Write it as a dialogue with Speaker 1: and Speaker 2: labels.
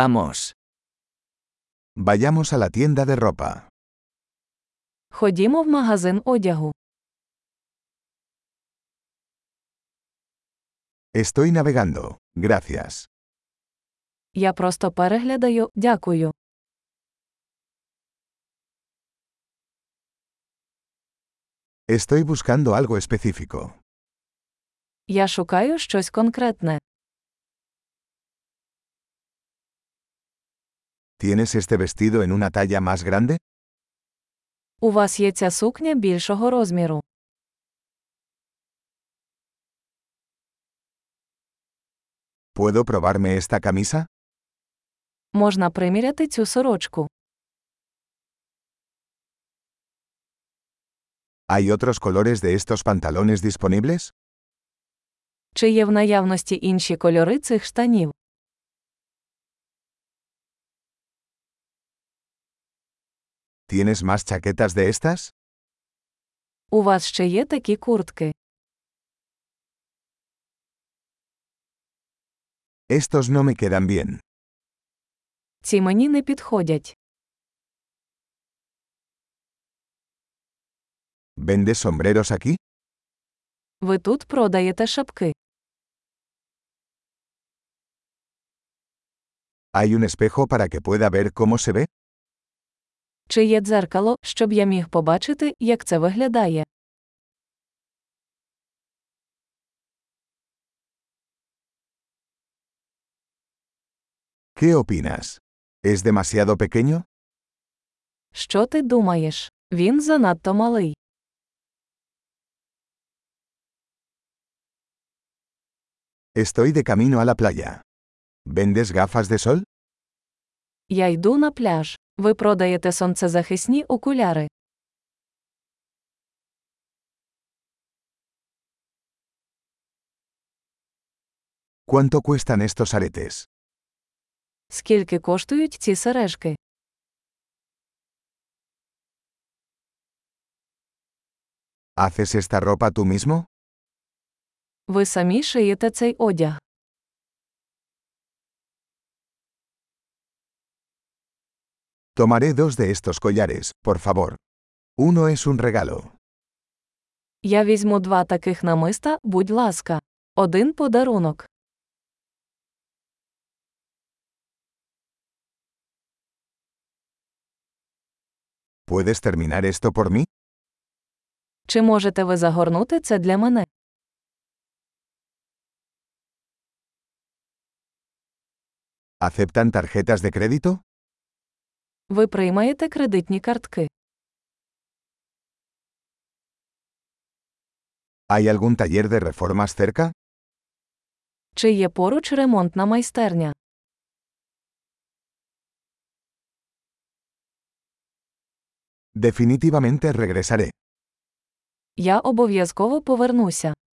Speaker 1: Vamos.
Speaker 2: Vayamos a la tienda de ropa.
Speaker 3: Ходімо в магазин одягу.
Speaker 2: Estoy navegando. Gracias.
Speaker 3: Я просто переглядаю, дякую.
Speaker 2: Estoy buscando algo específico.
Speaker 3: Я шукаю щось конкретне.
Speaker 2: ¿Tienes este vestido en una talla más grande?
Speaker 3: У вас є ця сукня більшого розміру.
Speaker 2: ¿Puedo probarme esta camisa?
Speaker 3: Можна приміряти цю сорочку.
Speaker 2: ¿Hay otros colores de estos pantalones disponibles?
Speaker 3: Чи є в наявності інші кольори цих штанів?
Speaker 2: ¿Tienes más chaquetas de estas?
Speaker 3: У вас ще є такі куртки.
Speaker 2: Estos no me quedan bien.
Speaker 3: Ці мені не підходять.
Speaker 2: ¿Vendes sombreros aquí?
Speaker 3: Ви тут продаєте шапки.
Speaker 2: ¿Hay un espejo para que pueda ver cómo se ve?
Speaker 3: Чи є дзеркало, щоб я міг побачити, як це виглядає?
Speaker 2: ¿Qué opinas? ¿Es demasiado pequeño?
Speaker 3: Що ти думаєш? Він занадто малий.
Speaker 2: Estoy de camino a la playa. ¿Vendes gafas de sol?
Speaker 3: Я йду на пляж. Ви продаєте сонцезахисні окуляри.
Speaker 2: ¿Cuánto cuestan estos aretes?
Speaker 3: Скільки коштують ці сережки?
Speaker 2: ¿Haces esta ropa tú mismo?
Speaker 3: Ви самі шиєте цей одяг.
Speaker 2: Tomaré dos de estos collares, por favor. Uno es un regalo.
Speaker 3: Я візьму два таких намиста, будь ласка. Один подарунок.
Speaker 2: ¿Puedes terminar esto por mí?
Speaker 3: Чи можете ви загорнути це для мене?
Speaker 2: ¿Aceptan tarjetas de crédito?
Speaker 3: Ви приймаєте кредитні картки.
Speaker 2: ¿Hay algún taller de reformas cerca?
Speaker 3: Чи є поруч ремонтна майстерня?
Speaker 2: Definitivamente regresaré.
Speaker 3: Я обов'язково повернуся.